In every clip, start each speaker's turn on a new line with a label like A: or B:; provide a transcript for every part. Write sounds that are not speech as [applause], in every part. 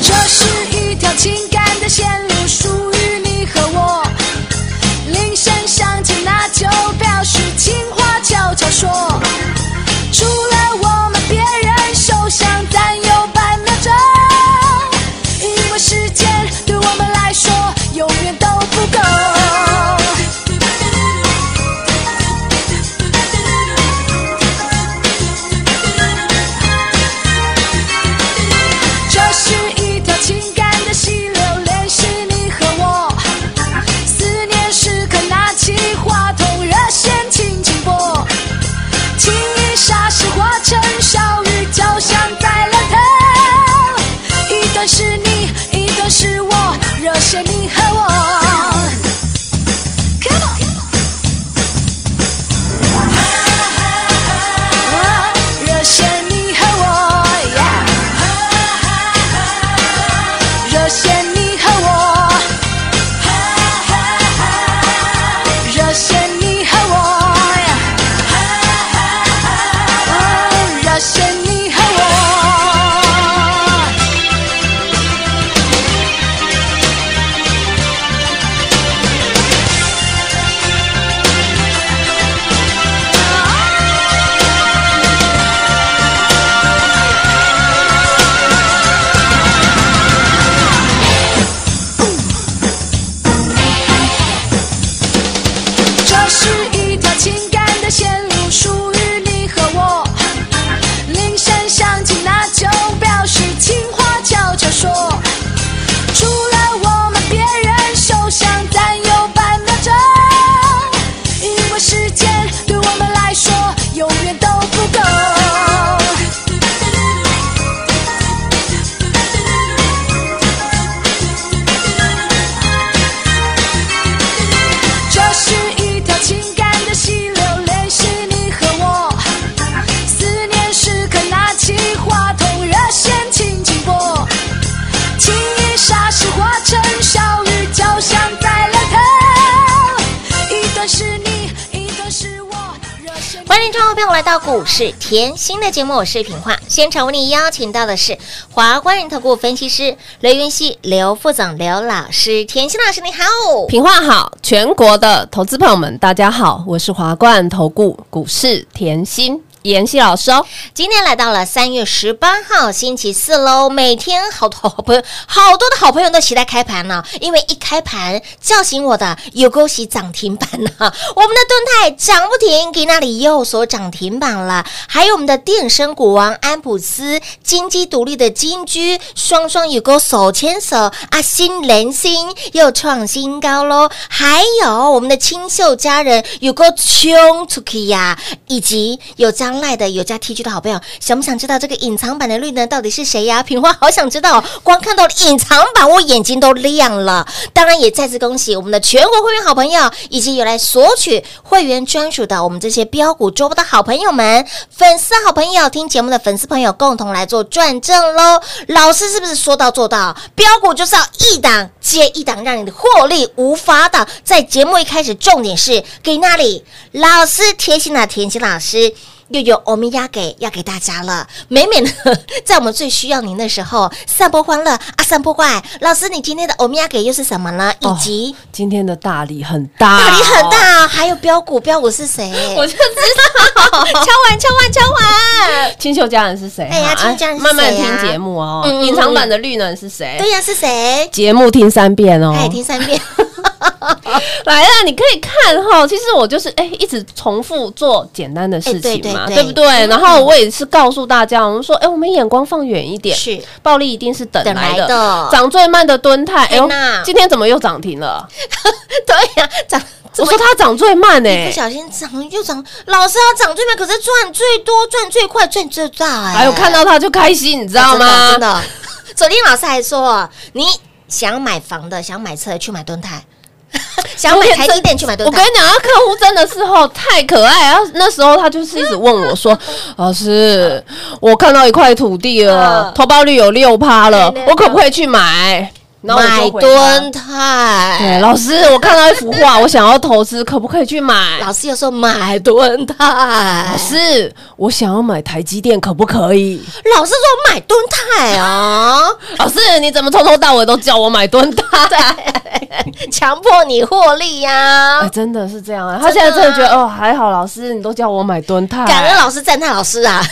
A: 这是一条情感的线路，属于你和我。铃声响起，那就表示情话悄悄说。除了我们，别人受伤，但有半秒钟，因为时间对我们来说永远都不够。这是一条情感的溪流，联系你和我。思念时刻拿起话筒，热线轻轻拨。情意霎时化成小雨，就像在聊天。一段是你，一段是我，热线你和我。Come on，热线你和我，yeah。热线你和我，热线你和我，热线你和我。这是一条情感的线路，属于你和我。铃声响起，那就表示情话悄悄说。除了我们，别人受伤，但有半秒钟，因为时间对我们来说永远都不够。这是一条情感的溪流，联系你和我。思念时刻拿起话筒，热线轻轻拨。情意霎时化成小雨，就像在聊天。一段是你，一段是我，热线。
B: 欢迎各位朋友来到股市甜心的节目，我是品化。现场为你邀请到的是华冠投顾分析师雷云熙、刘副总、刘老师。甜心老师你好，
C: 品话好，全国的投资朋友们，大家好，我是华冠投顾股市甜心妍希老师哦。
B: 今天来到了三月十八号星期四喽，每天好多 [laughs] 好朋友，好多的好朋友都期待开盘呢、因为一开盘叫醒我的有恭喜涨停板呢、我们的盾泰涨不停，给那里又所涨停板了，还有我们的电声股王安普斯、金鸡独立的金居，双双有勾手牵手啊，新人心又创新高喽，还有我们的清秀佳人有勾冲出去呀，以及有张赖的有加 T G 的好朋友，想不想知道这个隐藏版的绿呢到底是谁呀？品花好想知道，哦光看到隐藏版我眼睛都亮了。当然也再次恭喜我们的全国会员好朋友，以及有来索取会员专属的我们这些标股周报的好朋友们、粉丝好朋友，听节目的粉丝朋友共同来做转正喽。老师是不是说到做到？标股就是要一档接一档，让你的获利无法挡。在节目一开始，重点是给那里老师贴心啊，甜心老师。又有欧米伽给要给大家了。每每呢，在我们最需要您的时候，散播欢乐啊，散播快。老师，你今天的欧米伽给又是什么呢？以
C: 哦
B: 及、
C: 今天的大礼很大、
B: 大力很。大、啊，还有标股，标股是谁？
C: [laughs] 我就知 [laughs] 道
B: 敲完，敲完，敲完。
C: 清秀哎家人是谁啊？
B: 哎呀清秀家人是谁啊
C: 慢慢听节目哦
B: 嗯嗯。嗯
C: 隐藏版的绿能是谁？
B: 对呀、是谁？
C: 节目听三遍哦。
B: 哎，听三遍。
C: 来啦，你可以看哈。其实我就是哎、一直重复做简单的事
B: 哎对
C: 情
B: 对
C: 嘛，
B: 对
C: 不对？然后我也是告诉大家，我们说哎、我们眼光放远一点，
B: 是
C: 暴利一定是等来
B: 等来的
C: 的，涨最慢的蹲泰，哎
B: 天哪
C: 今天怎么又涨停了？
B: 对呀，涨，
C: 我说它涨最慢哎呢、
B: 不小心涨又涨，老师要涨最慢，可是赚最多、赚最快、赚最大哎。
C: 还有看到它就开心，你知道吗？
B: 真的，真的昨天老师还说，你想买房的、想买车的去买蹲泰，想买台积电去买蹲
C: 我跟
B: 泰
C: 你。讲，他客户真的是吼太可爱，然后那时候他就是一直问
B: [laughs]
C: 我说：“老师，我看到一块土地了
B: 嗯，
C: 投报率有六趴了
B: 对对，对
C: 我可不可以去买？”然后我
B: 买
C: 就回他
B: 蹲。泰，
C: 对，老师，我看到一幅
B: [laughs]
C: 画，我想要投资，可不可以去买？
B: 老师又说买蹲泰
C: 老，师，我想要买台积电，可不可
B: [laughs]
C: 以？
B: 老师说买蹲泰哦，
C: 老师，你怎么从头到尾都叫我买
B: [laughs]
C: 蹲大？
B: 强迫你获利呀、
C: 哎，真的是这样啊！他现在真的觉得哦，还好，老师你都叫我买蹲泰，
B: 感恩老师赞叹老师啊，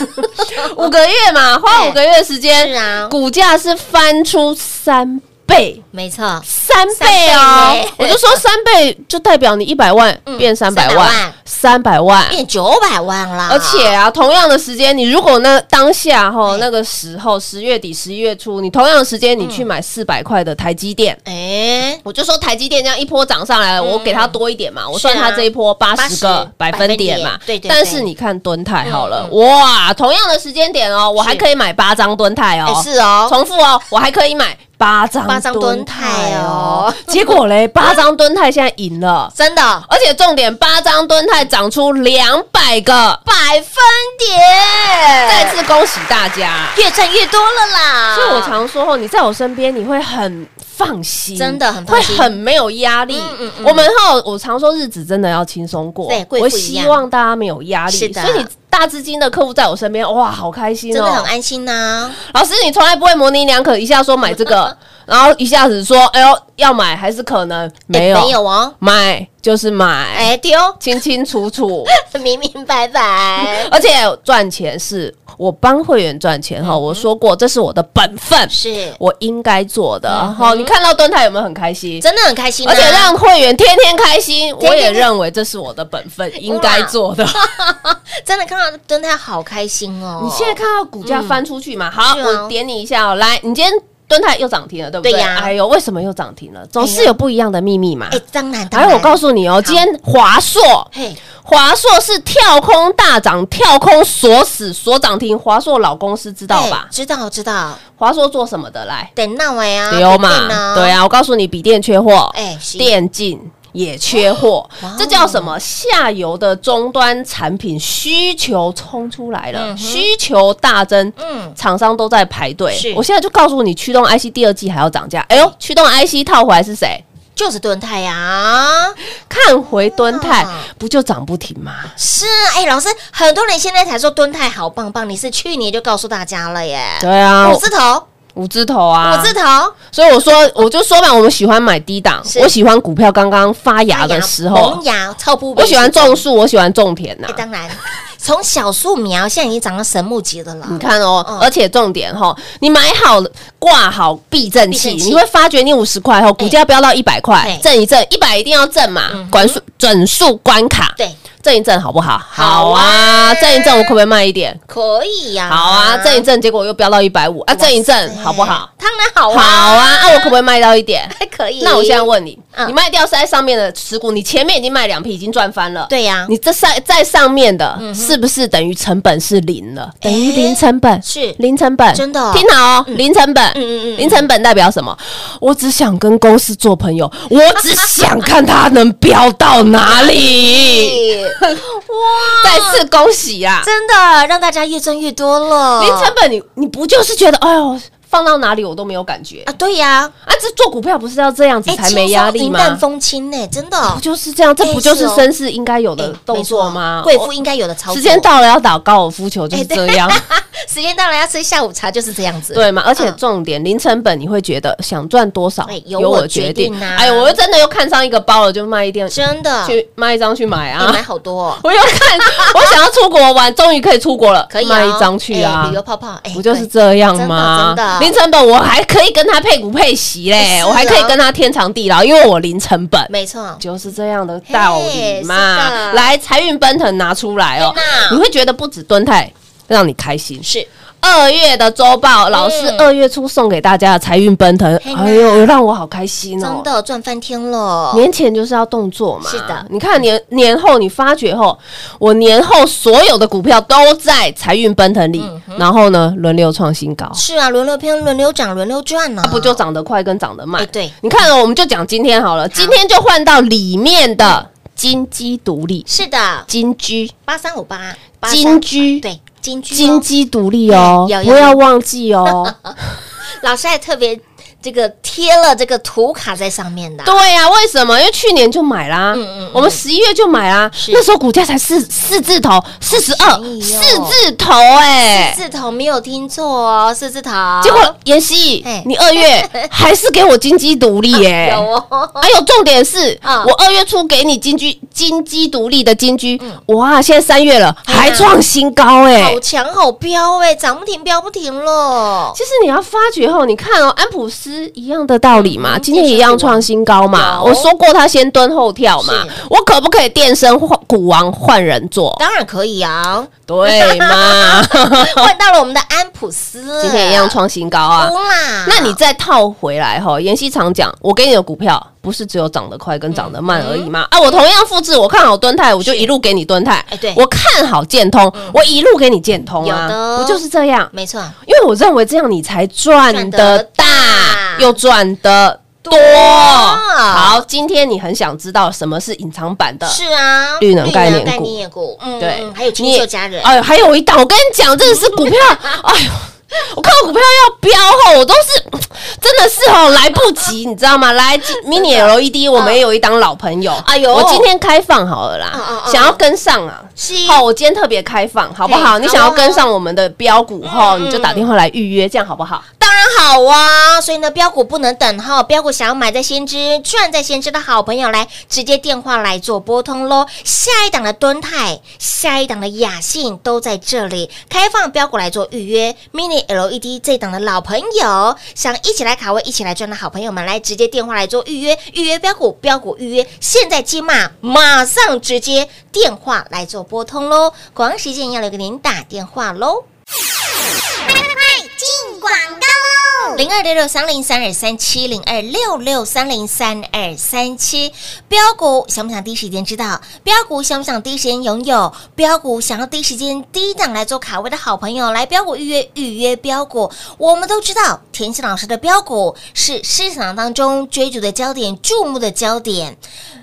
C: 五个月嘛，花五个月时间，
B: 是啊
C: 股价是翻出三倍，
B: 没错，
C: 三倍哦
B: 三倍呢！
C: 我就说三倍就代表你一百万
B: 嗯
C: 变三百
B: 300
C: 万，三百万。
B: 变九百万啦，
C: 而且啊，同样的时间，你如果那当下哈那个时候十月底十一月初，你同样的时间你去买四百块的台积电，
B: 哎，
C: 我就说台积电这样一波涨上来，我给它多一点嘛，我
B: 嗯
C: 算
B: 是啊
C: 它这一波八
B: 80
C: 十个百分点嘛。
B: 对对对
C: 但是你看蹲泰好了
B: 嗯，
C: 哇，同样的时间点哦，我还
B: 是
C: 可以买八张蹲泰
B: 哎
C: 哦，
B: 是哦，
C: 重复哦，我还可以买八张
B: 八张蹲泰哦。
C: 结
B: [laughs]
C: 果嘞，八张蹲泰现在赢了。
B: 真的
C: 而且重点，八张蹲泰涨出两百个，
B: 百分点，
C: 再次恭喜大家！
B: 越赚越多了啦，
C: 所以我常说哦，你在我身边，你会很放心，
B: 真的很放
C: 会
B: 心
C: 很没有压力。
B: 嗯嗯嗯
C: 我们后我常说日子真的要轻松过，
B: 对贵妇
C: 我
B: 一样
C: 希望大家没有压力。
B: 是的
C: 所以你大资金的客户在我身边，哇，好开心哦！
B: 真的很安心呐、
C: 老师，你从来不会模棱两可，一下说买这
B: [laughs]
C: 个，然后一下子说，哎呦要买还是可能哎没有、
B: 没有哦，
C: 买就是买，
B: 哎丢， [laughs]
C: 清清楚楚。 [laughs]
B: 明明白白，
C: 而且赚钱是我帮会员赚钱
B: 嗯
C: 哈，我说过这是我的本分，
B: 是
C: 我应该做的。哈，你看到蹲泰有没有很开心？
B: 嗯真的很开心啊、
C: 而且让会员天天开心，
B: 天
C: 我也认为这是我的本分，应该做的。
B: 真的看到蹲泰好开心哦，
C: [laughs] 你现在看到股价翻出去嘛？好，
B: 是啊
C: 我点你一下哦。来，你今天蹲泰又涨停了，对不对？
B: 对呀
C: 哎呦，为什么又涨停了？总
B: 哎
C: 是
B: 呀
C: 有不一样的秘密嘛
B: 哎、。当然，当
C: 还
B: 然，
C: 有，我告诉你哦，今天华硕，
B: 嘿，
C: 华硕是跳空大涨，跳空锁死锁涨停。华硕老公司知道吧
B: 哎？知道知道，
C: 华硕做什么的？来，
B: 等那位啊，
C: 丢
B: 等等
C: 嘛，
B: 啊
C: 对，啊，我告诉你，笔电缺货，
B: 哎是
C: 电竞。也缺货
B: 哇哦，
C: 这叫什么？下游的终端产品需求冲出来了，
B: 嗯哼
C: 需求大增，
B: 嗯，
C: 厂商都在排队
B: 是。嗯
C: 我现在就告诉你，驱动 IC 第二季还要涨价。哎呦，驱动 IC 套回来是谁？
B: 就是蹲泰啊，
C: 看回敦泰
B: 啊，
C: 不就涨不停吗？
B: 是啊，哎、老师，很多人现在才说蹲泰好棒棒，你是去年就告诉大家了耶，
C: 对啊，
B: 五字头，
C: 五字头啊，
B: 五字头，
C: 所以我说，我就说嘛，我们喜欢买低档
B: 是，
C: 我喜欢股票刚刚发芽的时候
B: 哎萌，芽超不，
C: 我喜欢种树，我喜欢种田呐、
B: 哎，当然，从小树苗现在已经长到神木级的了。
C: 你，看哦，
B: 嗯
C: 而且重点哈、你买好挂好避震
B: 避
C: 器，
B: 震器
C: 你会发觉你五十块后股价飙到一百块
B: 哎，嗯
C: 震一震，一百一定要震嘛，管数整数关卡，
B: 对，
C: 震一震好不好？
B: 好
C: 好
B: 啊
C: 啊，震一震我可不可以卖一点？
B: 可以呀、
C: 好啊，震一震，结果又飙到一百五啊，震一震好不好？？
B: 当然好啊，
C: 好啊，啊我可不可以卖到一点？
B: 还可以。
C: 那我现在，问你，
B: 嗯
C: 你卖掉是在上面的持股，你前面已经卖两批，已经赚翻了。
B: 对呀、
C: 你这上在上面的，嗯是不是等于成本是零了？等于
B: 哎
C: 零成本
B: 是
C: 零成本，
B: 真的哦
C: 听好哦，零成本，
B: 嗯嗯嗯
C: 零成本代表什么？我只想跟公司做朋友，我只想看它能飙到哪
B: [laughs]
C: 里。
B: 哇，
C: 再次恭喜呀！
B: 真哦的让大家越赚越多了。
C: 零成本，你你不就是觉得，哎呦，放到哪里我都没有感觉
B: 啊，对呀、
C: 啊？这做股票不是要这样子
B: 哎，
C: 才没压
B: 轻
C: 力
B: 松
C: 吗？
B: 云淡风轻呢、真的
C: 不。就是这样？这不就是绅士应该有
B: 哎
C: 的动作吗？
B: 没错贵妇应该有的操作。
C: 哦时间，到了要打高尔夫球
B: 哎
C: 就是这样，
B: [laughs] 时间到了要吃下午茶，就是这样子。
C: 对嘛？而且
B: 嗯
C: 重点零成本，你会觉得想赚多少
B: 哎由
C: 由
B: 我
C: 我决定
B: 决定啊
C: 哎呦，我又真的又看上一个包了，就卖一点
B: 真的，
C: 去卖一张去买
B: 你买
C: 啊！
B: 好多、哦，
C: [laughs] 我又看， [laughs] 我想要出国玩，终于可以出国了，
B: 可以、哦、
C: 卖一张
B: 哎
C: 去啊
B: 旅！游泡泡，哎，
C: 不就是
B: 对
C: 这样吗
B: 真的真的？
C: 零成本我还可以跟他配股配息嘞，
B: 是啊
C: 我还可以跟他天长地老，因为我零成本。
B: 没错，
C: 就是这样的道理
B: 嘿是
C: 嘛
B: 的。
C: 来，财运奔腾拿出来哦
B: 天哪，
C: 你会觉得不止蹲泰让你开心，
B: 是
C: 二月的周报，老师
B: 嗯
C: 二月初送给大家的财运奔腾
B: 嘿，呐
C: 哎呦，让我好开心哦
B: 真。的赚翻天了，
C: 年前就是要动作嘛，
B: 是的
C: 你看年年后，你发觉后，我年后所有的股票都在财运奔腾里，然后呢轮流创新高，
B: 嗯是啊，轮流偏轮流涨，轮流赚呢、
C: 啊不就涨得快跟涨得慢？
B: 哎对
C: 你看了哦我们就讲今天好了，今天就换到里面的金鸡独立，
B: 是的，
C: 金居
B: 八三五八
C: 金居
B: 对金居、哦、嗯
C: 金鸡独立哦
B: 有，有
C: 不要忘记哦。
B: [laughs] 老师还特别这个贴了这个图卡在上面的，
C: 对呀、为什么？因为去年就买啦，
B: 嗯嗯嗯
C: 我们十一月就买啦，
B: 是
C: 那时候股价才四四字头，四十二
B: 便，宜
C: 四
B: 哦
C: 字头哎、
B: 四字头没有听错哦，四字头，哎
C: 结果妍希
B: 嘿，
C: 你二
B: [laughs]
C: 月还是给我金鸡独立耶、
B: 有哦，
C: 还有重点是，
B: 嗯
C: 我二月初给你金居金鸡独立的金居，哇，现在三月了，
B: 嗯
C: 还创新高哎、
B: 好强好飙哎，涨不停飙不停了，
C: 其实你要发觉后，你看哦，安普斯一样的道理
B: 嗯
C: 嘛，今天一样创新高嘛。
B: 有
C: 我说过他先蹲后跳嘛
B: 嗯是，
C: 我可不可以电身换股王换人做？
B: 当然可以啊，
C: 对嘛？
B: [laughs] 换到了我们的安普斯，
C: [laughs] 今天一样创新高啊
B: 哭。啦，
C: 那你再套回来哈，妍希常讲，我给你的股票不是只有涨得快跟涨得慢而已嘛？啊，我同样复制，我看好蹲泰，我就一路给你蹲泰。
B: 嗯哎对嗯
C: 我看好建通，我一路给你建通啊，
B: 有的
C: 不就是这样？
B: 没错，
C: 因为我认为这样你才赚得大
B: 赚得大，
C: 又赚得多。
B: 啊
C: 好，今天你很想知道什么是隐藏版的，
B: 是啊，
C: 绿能概念股
B: 绿能股，嗯
C: 对
B: 嗯还有
C: 你
B: 金
C: 也
B: 秀家人，
C: 哎呦，还有一档，我跟你讲，真的是
B: [laughs]
C: 股票，哎呦。我看到股票要飙吼，我都是真的是哦，来不及，你知道吗？来今，mini
B: [laughs]
C: LED，我们也有一档老朋友，
B: 哎呦
C: 我今天开放好了
B: 嗯嗯
C: 啦，
B: 嗯
C: 想要跟上啊，
B: 是
C: 好，我今天特别开放，好不
B: 嘿好
C: 好？
B: 啊
C: 你想要跟上我们的标股后，
B: 嗯
C: 你就打电话来预约，这样好不好？
B: 当然好啊，所以呢，标股不能等哈，标股想要买在先知、赚在先知的好朋友来直接电话来做拨通喽。下一档的敦泰，下一档的雅信都在这里开放标股来做预约。Mini LED 这档的老朋友，想一起来卡位、一起来赚的好朋友们，来直接电话来做预约，预约标股，标股预约，现在即码马上直接电话来做拨通喽。广告时间要留给您打电话喽。零二六六三零三二三七零二六六三零三二三七，标股想不想第一时间知道？标股想不想第一时间拥有？标股想要第一时间低档来做卡位的好朋友，来标股预约预约标股。我们都知道，田心老师的标股是市场当中追逐的焦点、注目的焦点。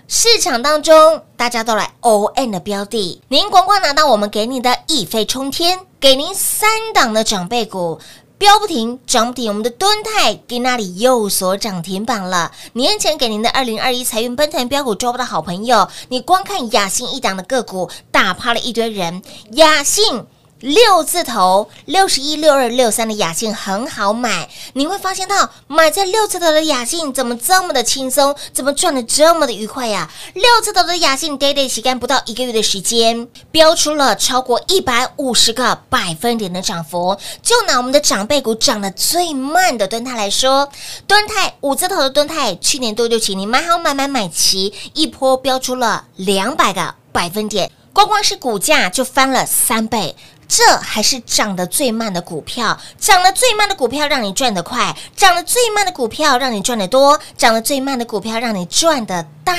B: 市场当中大家都来 O N 的标的，您光光拿到我们给你的一飞冲天，给您三档的长辈股。标不停，涨不停，我们的敦泰给那里又所涨停板了。年前给您的二零二一财运奔腾标股抓不到好朋友，你光看雅信一档的个股打趴了一堆人，雅信。六字头六十一、六二、六三的雅信很好买，你会发现到买在六字头的雅信怎么这么的轻松，怎么赚的这么的愉快呀、六字头的雅信 day day 洗干不到一个月的时间，标出了超过一百五十个百分点的涨幅。就拿我们的长辈股涨得最慢的敦泰来说，敦泰五字头的敦泰，去年多就请你买好买买买齐，一波标出了两百个百分点。光光是股价就翻了三倍。这还是涨得最慢的股票，涨得最慢的股票让你赚得快，涨得最慢的股票让你赚得多，涨得最慢的股票让你赚得大。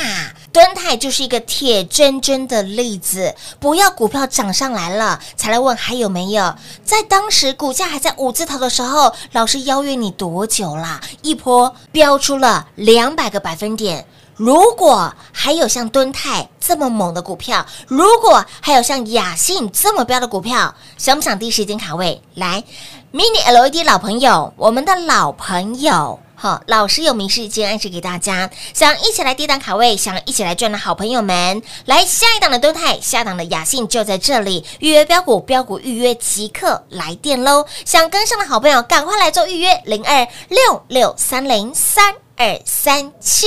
B: 敦泰就是一个铁铮铮的例子，不要股票涨上来了才来问还有没有。在当时股价还在五字头的时候，老师邀约你多久啦？一波飙出了两百个百分点。如果还有像敦泰这么猛的股票，如果还有像雅信这么标的股票，想不想第一时间卡位？来，mini LED 老朋友，我们的老朋友。好，老师有明示今天暗示给大家，想一起来跌档卡位，想一起来赚的好朋友们，来下一档的敦泰，下一档的雅信就在这里，预约标股，标股预约即刻来电喽！想跟上的好朋友，赶快来做预约，零二六六三零三二三七。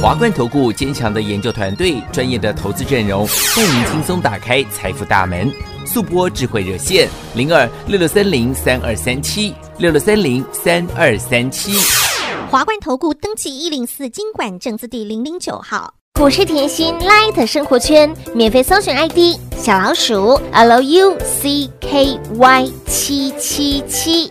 D: 华冠投顾坚强的研究团队，专业的投资阵容，带您轻松打开财富大门。速播智慧热线零二六六三零三二三七六六三零三二三七。
E: 华冠投顾登记一零四经管证字第零零九号。
B: 股市甜心 Light 生活圈免费搜寻 ID 小老鼠 Lucky 七七七，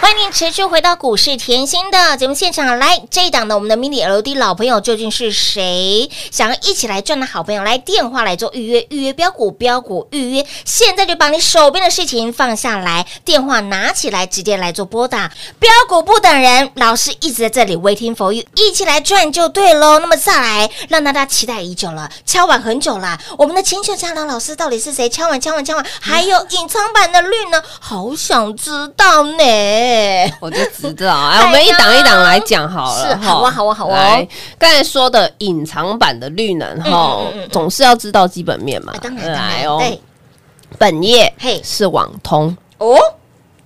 B: 欢迎您持续回到股市甜心的节目现场。来，这一档呢，我们的 mini LED 老朋友究竟是谁？想要一起来赚的好朋友，来电话来做预约，预约标股，标股预约，现在就把你手边的事情放下来，电话拿起来，直接来做拨打。标股不等人，老师一直在这里 waiting for you，一起来赚就对喽。那么再来，让大家期待已久了，敲碗很久了，我们的清秀家长老师到底是谁？敲碗敲碗敲碗，还有隐藏版的绿呢，好想知道呢。
C: 我就知道，哎，我们一档一档来讲好了，
B: 是
C: 哈
B: 好啊好啊好啊
C: 来刚才说的隐藏版的绿能哈
B: 嗯嗯嗯嗯，
C: 总是要知道基本面嘛
B: 啊，当然，当
C: 来
B: 然
C: 哦，
B: 对
C: 本业
B: 嘿
C: 是网通
B: 哦，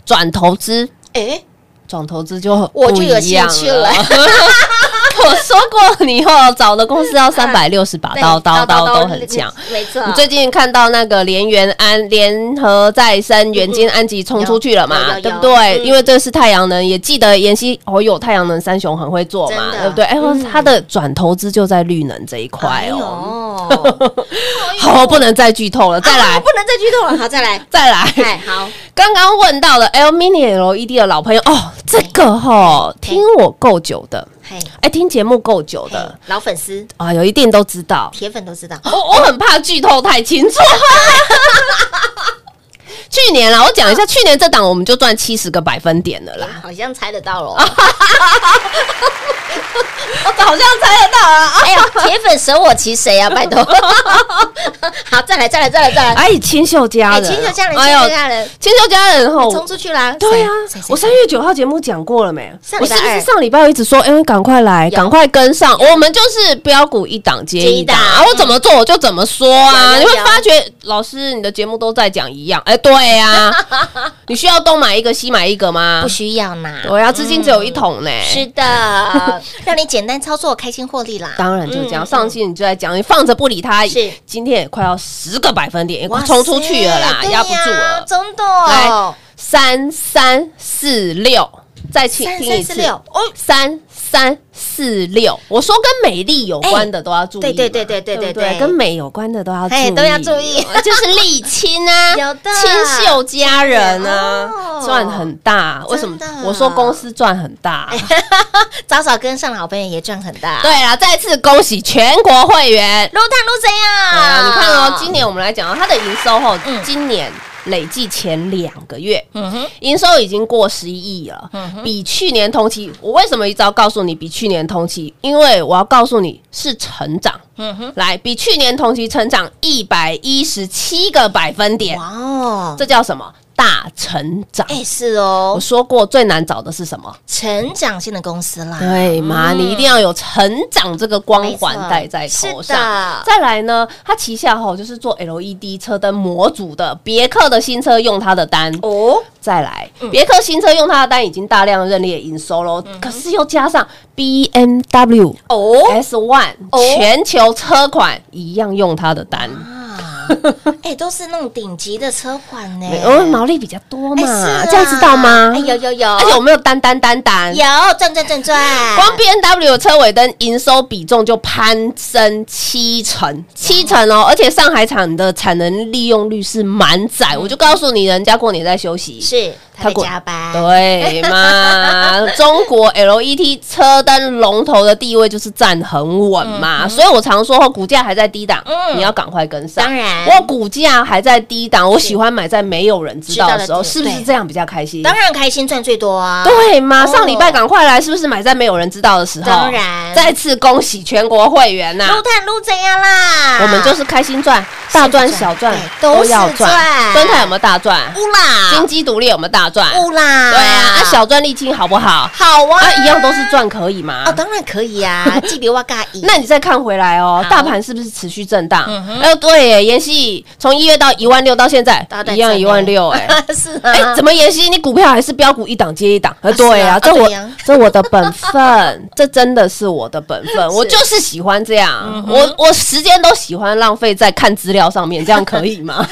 C: 转投资，
B: 哎，
C: 转投资就
B: 我就
C: 不
B: 有
C: 一样
B: 兴趣了
C: [laughs] 我说过，你以后找的公司要三百六十把
B: [laughs]
C: 刀，刀刀都很强。，
B: 没错
C: 你。最近看到那个联元安、联合再生、元金安吉冲出去了
B: 有有
C: 嘛？
B: 有
C: 对不
B: 有
C: 对？
B: 嗯
C: 因为这是太阳能，也记得妍希哦，有太阳能三雄很会做
B: 真
C: 嘛，
B: 的嗯
C: 对不对？哎，他的转投资就在绿能这一
B: 哎
C: 块哦。
B: 哦，
C: 好，不能再剧透了，再
B: 啊我
C: 来，
B: 不，能再剧 [laughs] 透了，好，再来
C: 再来。
B: 哎，好，
C: 刚刚问到了 L Mini LED 的老朋友哦，这个哈，听我够久的，
B: 嘿，
C: 哎，听节目够久
B: 嘿
C: 的
B: 老粉丝、
C: 啊，有一定都知道。
B: 铁粉都知道，
C: 我我很怕剧透太清楚。 [laughs] 去年啊啦，我讲一
B: 啊
C: 下，去年这档我们就赚七十个百分点了啦，
B: 好像猜得到喽。
C: 我
B: 哦
C: 好像猜得到啊。
B: 哎呀，铁粉舍我其谁啊？拜 [laughs] 托。好，再来，再来，再来，再来。
C: 哎，清秀佳
B: 哎，
C: 人，
B: 亲手家人，
C: 哎
B: 亲
C: 呦
B: 手家人，
C: 清秀佳人吼，
B: 冲出去啦！
C: 对啊
B: 谁谁，谁
C: 我三月九号节目讲过了没？
B: 上
C: 我
B: 礼拜
C: 是不
B: 二
C: 是上礼拜我一直说，哎，赶快来，
B: 有
C: 赶快跟上？我们就是标股一档接一档
B: 接一档
C: 啊，我怎么做我就怎么说啊！
B: 有有
C: 你会
B: 有
C: 发觉，老师你的节目都在讲一样，哎，对啊，
B: [laughs]
C: 你需要东买一个西买一个吗？
B: 不需要拿，
C: 对啊，资金只有一桶呢。
B: 嗯是
C: [laughs]
B: 的，让你简单操作，开心获利啦。
C: 当然就是这样，
B: 嗯
C: 上期你就在讲，你放着不理它，
B: 是
C: 今天也快要十个百分点，也
B: 哇
C: 快冲出去了啦，
B: 塞
C: 压不住
B: 对呀
C: 了。
B: 真的
C: 来
B: 哦。
C: 三三四六，再请
B: 三
C: 听一
B: 三四
C: 次，
B: 六，哦，
C: 三三四六。我说跟美丽有关的都要注意嘛，
B: 哎对对对对对
C: 不
B: 对对
C: 跟美有关的都要注
B: 哎
C: 意，哦
B: 都要注意
C: 就是沥青啊，
B: [laughs] 有的
C: 清秀佳人啊
B: 哦，
C: 赚很大。为什么
B: 真的？哎
C: 我说公司赚很大。
B: 早早跟上的好朋友也赚很大。
C: 对啦，再次恭喜全国会员。
B: 撸碳撸谁
C: 对啊，
B: 啊？
C: 你看哦，今年我们来讲啊，它的营收后
B: 嗯，
C: 今年累计前两个月，
B: 嗯哼，嗯
C: 营收已经过十一亿了，比去年同期，我为什么一早告诉你比去年同期？因为我要告诉你是成长，
B: 嗯哼，
C: 来比去年同期成长一百一十七个百分点，
B: 哇哦，
C: 这叫什么？大成长。
B: 哎，是
C: 我
B: 哦，
C: 说过最难找的是什么？
B: 成长性的公司啦，
C: 对嘛，你一定要有成长这个光环戴在头
B: 嗯没错是的
C: 上。再来呢，它旗下哈、就是做 LED 车灯模组的，别克的新车用它的单。
B: 哦，
C: 再来，别克新车用它的单已经大量认列营收喽，可是又加上 B M W
B: 哦
C: S One
B: 哦
C: 全球车款一样用它的单， [laughs]
B: 啊，哎，都是那种顶级的车款呢，
C: 哦，毛利比较多
B: 哎
C: 嘛
B: 是，啊
C: 这样知道吗
B: 哎，？有有有，
C: 而且我们有单单单单，
B: 有赚赚赚赚，
C: 光 B N W 的车尾灯营收比重就攀升七成，七成哦！而且上海厂的产能利用率是满载，我就告诉你，人家过年在休息。
B: 嗯是他在
C: 他过
B: 加班，
C: 对
B: [laughs]
C: 嘛？中国 LED 车灯龙头的地位就是站很稳嘛，所以我常说哦股价还在低档，
B: 嗯
C: 你要赶快跟上。
B: 当然
C: 我股价还在低档，我喜欢买在没有人知道的时候，
B: 知
C: 是
B: 道的
C: 不是
B: 对
C: 这样比较开心？
B: 当然开心赚最多啊，
C: 对嘛，
B: 哦
C: 上礼拜赶快来，是不是买在没有人知道的时候？
B: 当然
C: 再次恭喜全国会员呐、
B: 撸碳撸怎样啦？
C: 我们就是开心赚，大赚小赚
B: 对
C: 都
B: 哎都
C: 要
B: 是
C: 赚
B: 赚。嗯
C: 蹲泰有没有大赚？
B: 乌啦，
C: 金鸡独立有没有大赚？
B: 乌啦，
C: 对啊，啊小赚沥青好不好？
B: 好嗯啊
C: 啊，一样都是赚，可以吗
B: 哦，？当然可以
C: [laughs]
B: 啊，记比哇嘎一，
C: 那你再看回来哦
B: 好，
C: 大盘是不是持续震荡
B: 嗯？哼
C: 呃，对耶，妍希从一月到一万六到现在
B: 大家，在
C: 一样
B: 赚
C: 一万
B: 耶
C: 六，哎，
B: [laughs] 是
C: 哎、
B: 啊，
C: 怎么妍希，你股票还是标股一档接一档？呃，对
B: 啊
C: 啊，
B: 啊
C: 这我、
B: 对呀
C: [laughs] 这我的本分， [laughs] 这真的是我的本分，我就是喜欢这样，
B: 嗯
C: 我我时间都喜欢浪费在看资料上面，这样可以吗？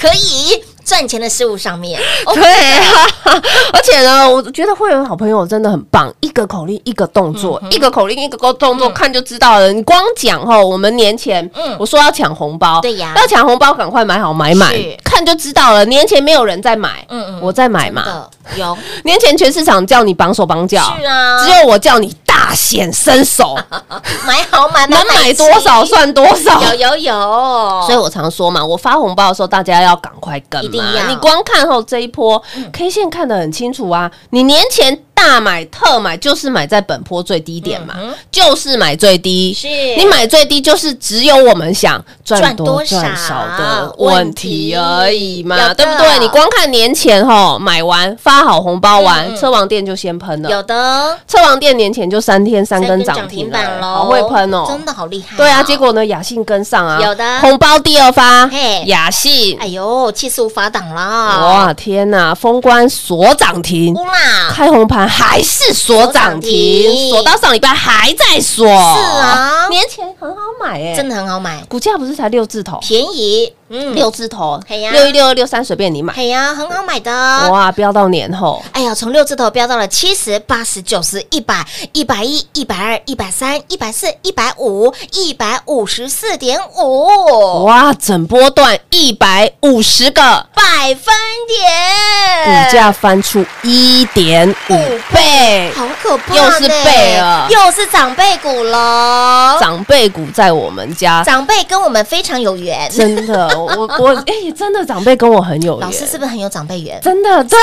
B: 可以赚钱的事物上面？
C: [laughs] 对啊， [laughs] 而且呢，我觉得会员好朋友真的很棒，一个口令一个动作，
B: 嗯
C: 一个口令一个动作，看就知道了。你光讲吼，我们年前
B: 嗯
C: 我说要抢红包，
B: 对呀
C: 要抢红包，赶快买好买满
B: 是，
C: 看就知道了。年前没有人在买，
B: 嗯嗯
C: 我啊在买
B: 真
C: 嘛，
B: 的有
C: 年前全市场叫你绑手绑脚，
B: 是啊
C: 只有我叫你大显
B: [laughs]
C: 身手，
B: 买好买满
C: 能买多少
B: 齐
C: 算多少。
B: 有有有，
C: 所以我常说嘛，我发红包的时候，大家要赶快跟
B: 哦一定
C: 嘛
B: 要。嗯
C: 你光看后这一波 K 线看得很清楚啊，你年前大买特买就是买在本波最低点嘛，就是买最低。
B: 嗯是
C: 你买最低就是只有我们想赚多
B: 赚多
C: 赚
B: 少
C: 少的问题而已
B: 有
C: 嘛，
B: 的
C: 对不对？你光看年前吼买完发好红包
B: 嗯
C: 完，车王店就先喷了。
B: 有的
C: 车王店年前就三天三根涨停了
B: 板喽，
C: 好会喷哦，
B: 真的好厉害哦，
C: 对啊，结果呢，雅信跟上啊，
B: 有的
C: 红包第二发
B: 嘿，
C: 雅信，
B: 哎呦，气势无法挡啦，
C: 哇天呐，封关锁涨停，
B: 乌啦，
C: 开红盘还是锁
B: 锁
C: 涨
B: 涨停
C: 停，锁到上礼拜还在锁，
B: 是啊
C: 年前很好买哎，
B: 真
C: 的，
B: 的很好买，
C: 股价不是才六字头，
B: 便宜，嗯，
C: 六字头，
B: 嘿呀
C: 六一六二六三随便你买，
B: 哎呀，很好买的，
C: 哇，飙到年后，
B: 哎呀，从六字头飙到了七十八、十、九十、一百、一百一、一百二、一百三、一百四、一百五、一百五十四点五
C: 哇，整波段一百五十个。
B: 百分点，
C: 股价翻出一点五倍，
B: 好可怕呢，
C: 又是倍了
B: 又是长辈股喽。
C: 长辈股在我们家
B: 长辈跟我们非常有缘，
C: [laughs] 真的，我我哎、真的长辈跟我很有缘，
B: 老师是不是很有长辈缘？
C: 真
B: [laughs]
C: 的对，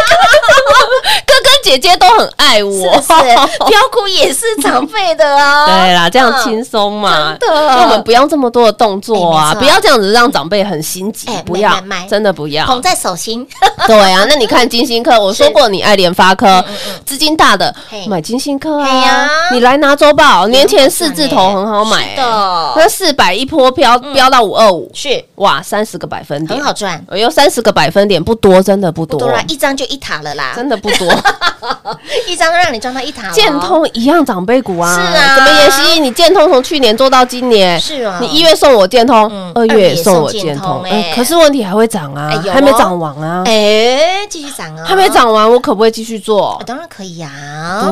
C: 哥哥姐姐都很爱我，
B: 是不是？ [laughs] 标股也是长辈的哦。
C: 对啦，这样
B: 嗯
C: 轻松嘛，
B: 真的
C: 因为我们不要这么多的动作
B: 哎
C: 啊，
B: 没错
C: 不要这样子让长辈很心急
B: 哎，
C: 不要
B: 买买买，
C: 真的不要，
B: 捧在手心，
C: 对啊，那你看金
B: [laughs]
C: 星科，我说过你爱联发科，资金大的
B: 嗯嘿
C: 买金星科
B: 嘿呀
C: 啊，你来拿周报，年前四字头
B: 嗯
C: 很好买，欸
B: 是的嗯
C: 那四百一波飙飙到五二五， [laughs]
B: 是
C: 哇，三十个百分点
B: 很，好赚，
C: 哎呦，三十个百分点不多，真的不多
B: 多，啦，一张就一塔了啦，
C: 真的不
B: [laughs]
C: 多。
B: 一张让你赚到一塔。哦
C: 建，通一样长辈股啊，
B: 是啊
C: 怎么妍希，你建通从去年做到今年，
B: 是啊
C: 你一月送我建通
B: 嗯，
C: 二
B: 二月
C: 月
B: 也
C: 也
B: 送
C: 送我
B: 建
C: 建
B: 通
C: 通，
B: 哎
C: 哎，可是问题还会涨啊
B: 哎有哦，
C: 还没涨完啊，
B: 哎，继续涨哦，
C: 还没涨完，我可不可以继续
B: 啊，
C: 做？
B: 当然可以
C: 不
B: 呀，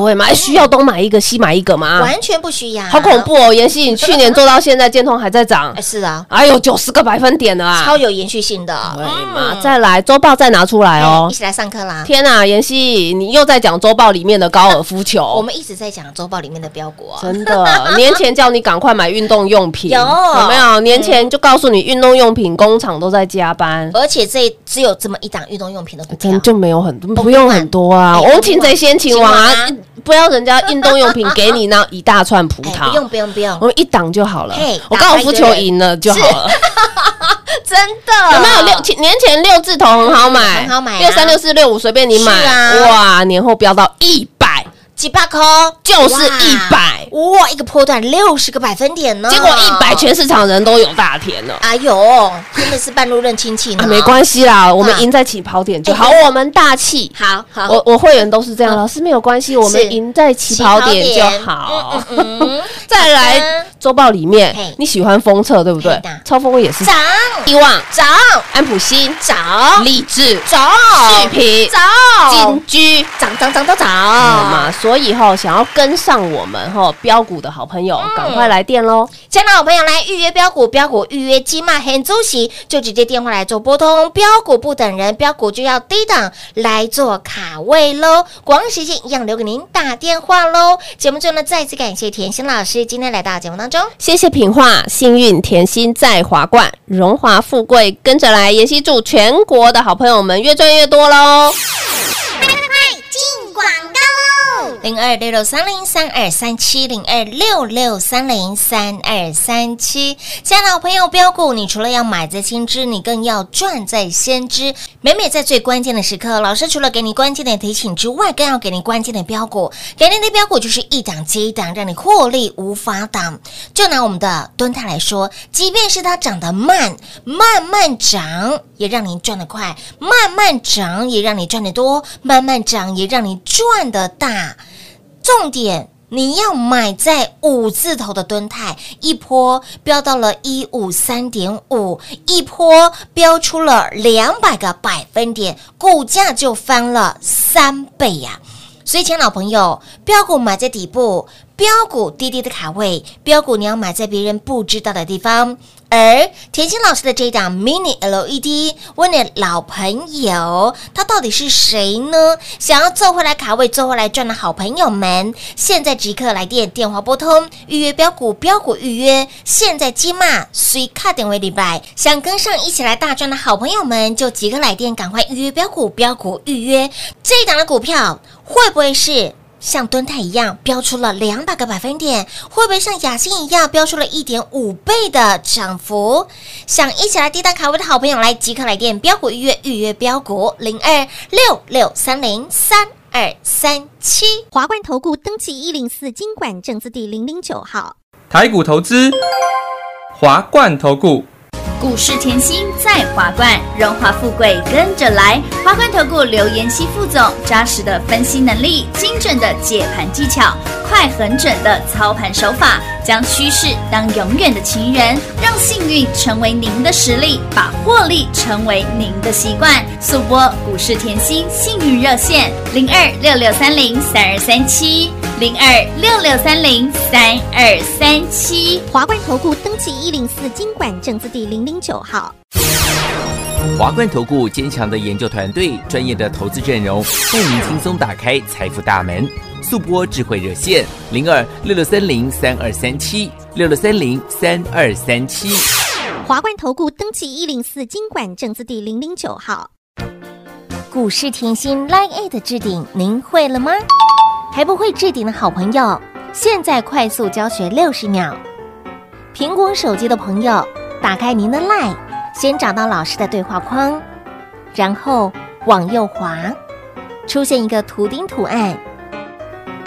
C: 会嘛，哎需要东买一个西买一个嘛，
B: 完全不需要，
C: 好恐怖哦，妍希，
B: [laughs]
C: 你去年做到现在，建通还在涨
B: 哎，，是啊，
C: 哎呦，九十个百分点了啊
B: 超，有延续性的。嗯
C: 对嘛，再来周报再拿出来
B: 哎
C: 哦
B: 一。起来上课啦！
C: 天啊，妍希，你又在讲周报里面的高尔夫球，
B: 我们一直在讲周报里面的标股哦，
C: 真的，年前叫你赶快买运动用品，
B: [laughs] 有
C: 没有？年前就告诉你运动用品工厂都在加班，
B: 而且这只有这么一档运动用品的股票
C: 真，就没有很多，
B: 不
C: 不用很多啊。
B: 哎不管
C: 我擒贼先擒王啊
B: 擒王！
C: 不要人家运动用品给你那一大串葡
B: 哎，不用
C: 萄，
B: 不用不用
C: 我，们一档就好了
B: 嘿。
C: 我高尔夫球赢了就好了，
B: [laughs] 真的
C: 有没有六前年前六字头很好买，
B: 很好买啊
C: 六三六四六五随便你买
B: 是啊
C: 哇，年后飙到一百，
B: 几百颗？
C: 就是一百
B: 哇，一个波段六十个百分点呢，
C: 结果一百，全市场人都有大田了。
B: 哎呦，真的是半路认亲戚呢，
C: 啊，没关系啦，我
B: 啊
C: 们赢在起跑点就好，
B: 嗯哎
C: 我们大气。
B: 好好嗯
C: 我我会员都是这样，老师没有关系，我
B: 是
C: 们赢在起跑点
B: 起跑点
C: 就好。
B: 嗯嗯
C: [laughs] 再
B: 好的
C: 来周报里面
B: 嘿，
C: 你喜欢封测对不
B: 嘿
C: 对
B: 的？
C: 超峰也是
B: 涨
C: 希望
B: 涨
C: 安普新、
B: 涨
C: 立志、
B: 涨
C: 视频、
B: 涨
C: 金居。
B: 涨涨涨涨
C: 好
B: 涨，
C: 嘛，所以吼，想要跟上我们吼标股的好朋友，
B: 嗯
C: 赶快来电喽！
B: 亲爱的好朋友来预约标股，标股预约金嘛很周喜，就直接电话来做拨通。标股不等人，标股就要低档来做卡位喽。广告时间一样留给您打电话喽。节目最后呢，再次感谢甜心老师今天来到节目当中。
C: 谢谢品画，幸运甜心在华冠，荣华富贵跟着来。妍希祝全国的好朋友们越赚越多喽！
F: 进广告喽！
B: 零二六六三零三二三七零二六六三零三二三七。亲爱的好朋友，标股，你除了要买在先知，你更要赚在先知。每每在最关键的时刻，老师除了给你关键的提醒之外，更要给你关键的标股。给你的标股就是一档接一档，让你获利无法挡。就拿我们的敦泰来说，即便是它涨得慢，慢慢涨也让你赚得快，慢慢涨也让你赚得多，慢慢涨也让你赚得大。重点你要买在五字头的吨泰，一波飙到了一五三点五，一波飙出了两百个百分点，股价就翻了三倍呀、所以，亲爱的老朋友，标股买在底部，标股低低的卡位，标股你要买在别人不知道的地方。而田心老师的这一档 Mini LED，问你老朋友，他到底是谁呢？想要做回来卡位、做回来赚的好朋友们，现在即刻来电，电话拨通，预约标股，标股预约，现在即嘛，随卡点为礼拜。想跟上一起来大赚的好朋友们，就即刻来电，赶快预约标股，标股预约这一档的股票会不会是？像敦泰一样标出了两百个百分点，会不会像雅欣一样标出了一点五倍的涨幅？想一起来低档卡位的好朋友来即刻来电标股预约预约标股零二六六三零三二三七。
E: 华冠投顾登记一零四经管证字第零零九号。
G: 台股投资，华冠投顾。
H: 股市甜心在华冠，荣华富贵跟着来。华冠投顾刘延熙副总，扎实的分析能力，精准的解盘技巧，快狠准的操盘手法，将趋势当永远的情人，让幸运成为您的实力，把获利成为您的习惯。速播股市甜心幸运热线零二六六三零三二三七零二六六三零三二三七。
E: 华冠投顾登记一零四经管证字第零零九号。
D: 华冠投顾坚强的研究团队，专业的投资阵容，带您轻松打开财富大门。速播智慧热线零二六六三零三二三七六六三零三二三七。
E: 华冠投顾登记一零四经管证字第零零九号。
B: 股市甜心 Line A 的置顶，您会了吗？还不会置顶的好朋友，现在快速教学六十秒。苹果手机的朋友，打开您的 Line，先找到老师的对话框，然后往右滑，出现一个图钉图案，